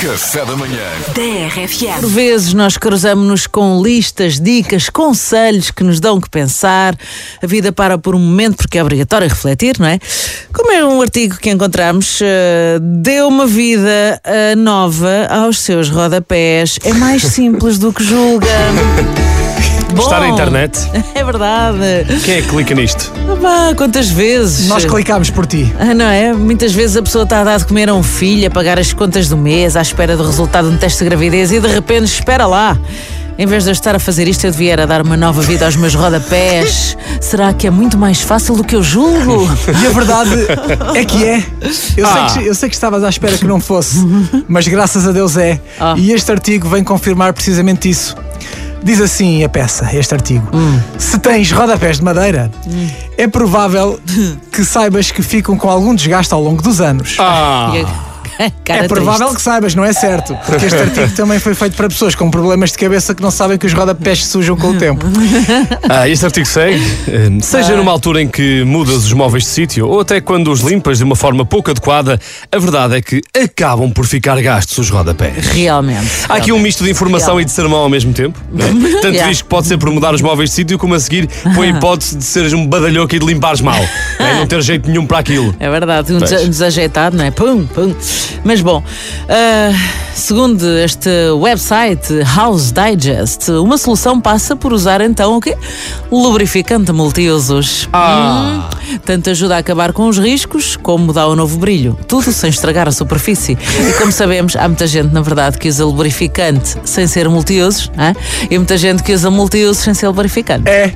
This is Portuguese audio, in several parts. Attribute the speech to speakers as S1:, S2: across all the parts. S1: Café da manhã.
S2: TRFM.
S3: Por vezes nós cruzamos-nos com listas, dicas, conselhos que nos dão que pensar. A vida para por um momento porque é obrigatório refletir, não é? Como é um artigo que encontramos, eh, deu uma vida eh, nova aos seus rodapés. É mais simples do que julga. Bom,
S4: Está na internet.
S3: É verdade.
S4: Quem é que clica nisto?
S3: Ah, pá, quantas vezes?
S5: Nós clicámos por ti.
S3: Ah, não é? Muitas vezes a pessoa está a dar de comer a um filho, a pagar as contas do mês, à espera do resultado de um teste de gravidez e de repente, espera lá. Em vez de eu estar a fazer isto, eu devia era dar uma nova vida aos meus rodapés. Será que é muito mais fácil do que eu julgo?
S5: E a verdade é que é. Eu,
S4: Ah.
S5: sei que, eu sei que estavas à espera que não fosse, mas graças a Deus é.
S3: Ah.
S5: E este artigo vem confirmar precisamente isso. Diz assim a peça, este artigo:
S3: Hum.
S5: Se tens rodapés de madeira, é provável que saibas que ficam com algum desgaste ao longo dos anos.
S4: Ah,
S3: Cara
S5: É provável
S3: triste.
S5: que saibas, não é certo? Porque este artigo também foi feito para pessoas com problemas de cabeça que não sabem que os rodapés se sujam com o tempo.
S4: Ah, este artigo segue. Hum,
S3: Ah.
S4: Seja numa altura em que mudas os móveis de sítio ou até quando os limpas de uma forma pouco adequada, a verdade é que acabam por ficar gastos os rodapés.
S3: Realmente.
S4: Há aqui um misto de informação e de sermão ao mesmo tempo. né? Tanto
S3: Yeah.
S4: diz que pode ser por mudar os móveis de sítio, como a seguir põe a hipótese de seres um badalhoco e de limpares mal. né? Não ter jeito nenhum para aquilo.
S3: É verdade, um
S4: Pois.
S3: desa- desajeitado, não é? Pum, pum. Mas bom, ah, segundo este website House Digest, uma solução passa por usar então o quê? Lubrificante multiusos.
S4: Ah.
S3: Hum, tanto ajuda a acabar com os riscos, como dá o novo brilho. Tudo sem estragar a superfície. E como sabemos, há muita gente, na verdade, que usa lubrificante sem ser multiusos, não é? e muita gente que usa multiusos sem ser lubrificante.
S5: É,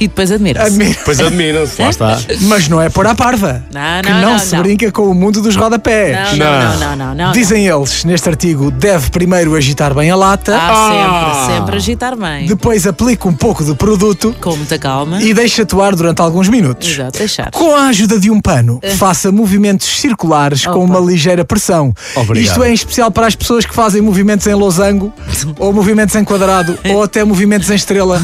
S3: E depois admira-se.
S5: admiro.
S4: Pois admira-se, lá está.
S5: Mas não é por à parva.
S3: Não,
S5: que
S3: não,
S5: não,
S3: não,
S5: se
S3: não.
S5: brinca com o mundo dos rodapés.
S3: Não, não, não, não, não, não.
S5: Dizem eles, neste artigo, deve primeiro agitar bem a lata,
S3: Ah,
S4: Ah.
S3: sempre, sempre agitar bem.
S5: depois aplica um pouco de produto
S3: Com muita calma.
S5: e deixa atuar durante alguns minutos.
S3: Ah. Exato, deixar.
S5: Com a ajuda de um pano, faça movimentos circulares com
S3: Opa.
S5: uma ligeira pressão.
S4: Obrigado.
S5: Isto é em especial para as pessoas que fazem movimentos em losango, ou movimentos em quadrado, ou até movimentos em estrela.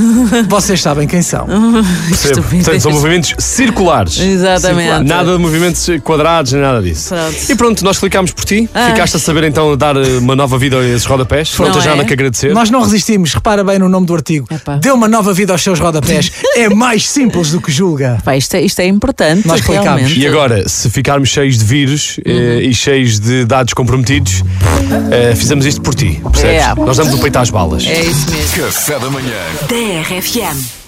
S5: Vocês sabem quem são.
S3: Uhum.
S4: Percebo.
S3: Estupidez.
S4: Portanto, são movimentos circulares.
S3: Exatamente.
S4: Circulares. Nada de movimentos quadrados, nem nada disso.
S3: Pronto.
S4: E pronto, nós clicámos por ti.
S3: Ah.
S4: Ficaste a saber então dar eh, uma nova vida a esses rodapés. Não,
S3: Não
S4: tens nada
S3: é?
S4: que agradecer.
S5: Nós não resistimos, repara bem no nome do artigo.
S3: Epá.
S5: Dê uma nova vida aos seus rodapés. é mais simples do que julga.
S3: Pá, isto, é, isto é importante,
S5: Nós clicámos.
S3: realmente.
S4: E agora, se ficarmos cheios de vírus eh,
S3: Uhum.
S4: e cheios de dados comprometidos, eh, fizemos isto por ti, percebes?
S3: É.
S4: Nós damos o peito às balas.
S3: É isso mesmo.
S1: Café da manhã.
S2: TRFM.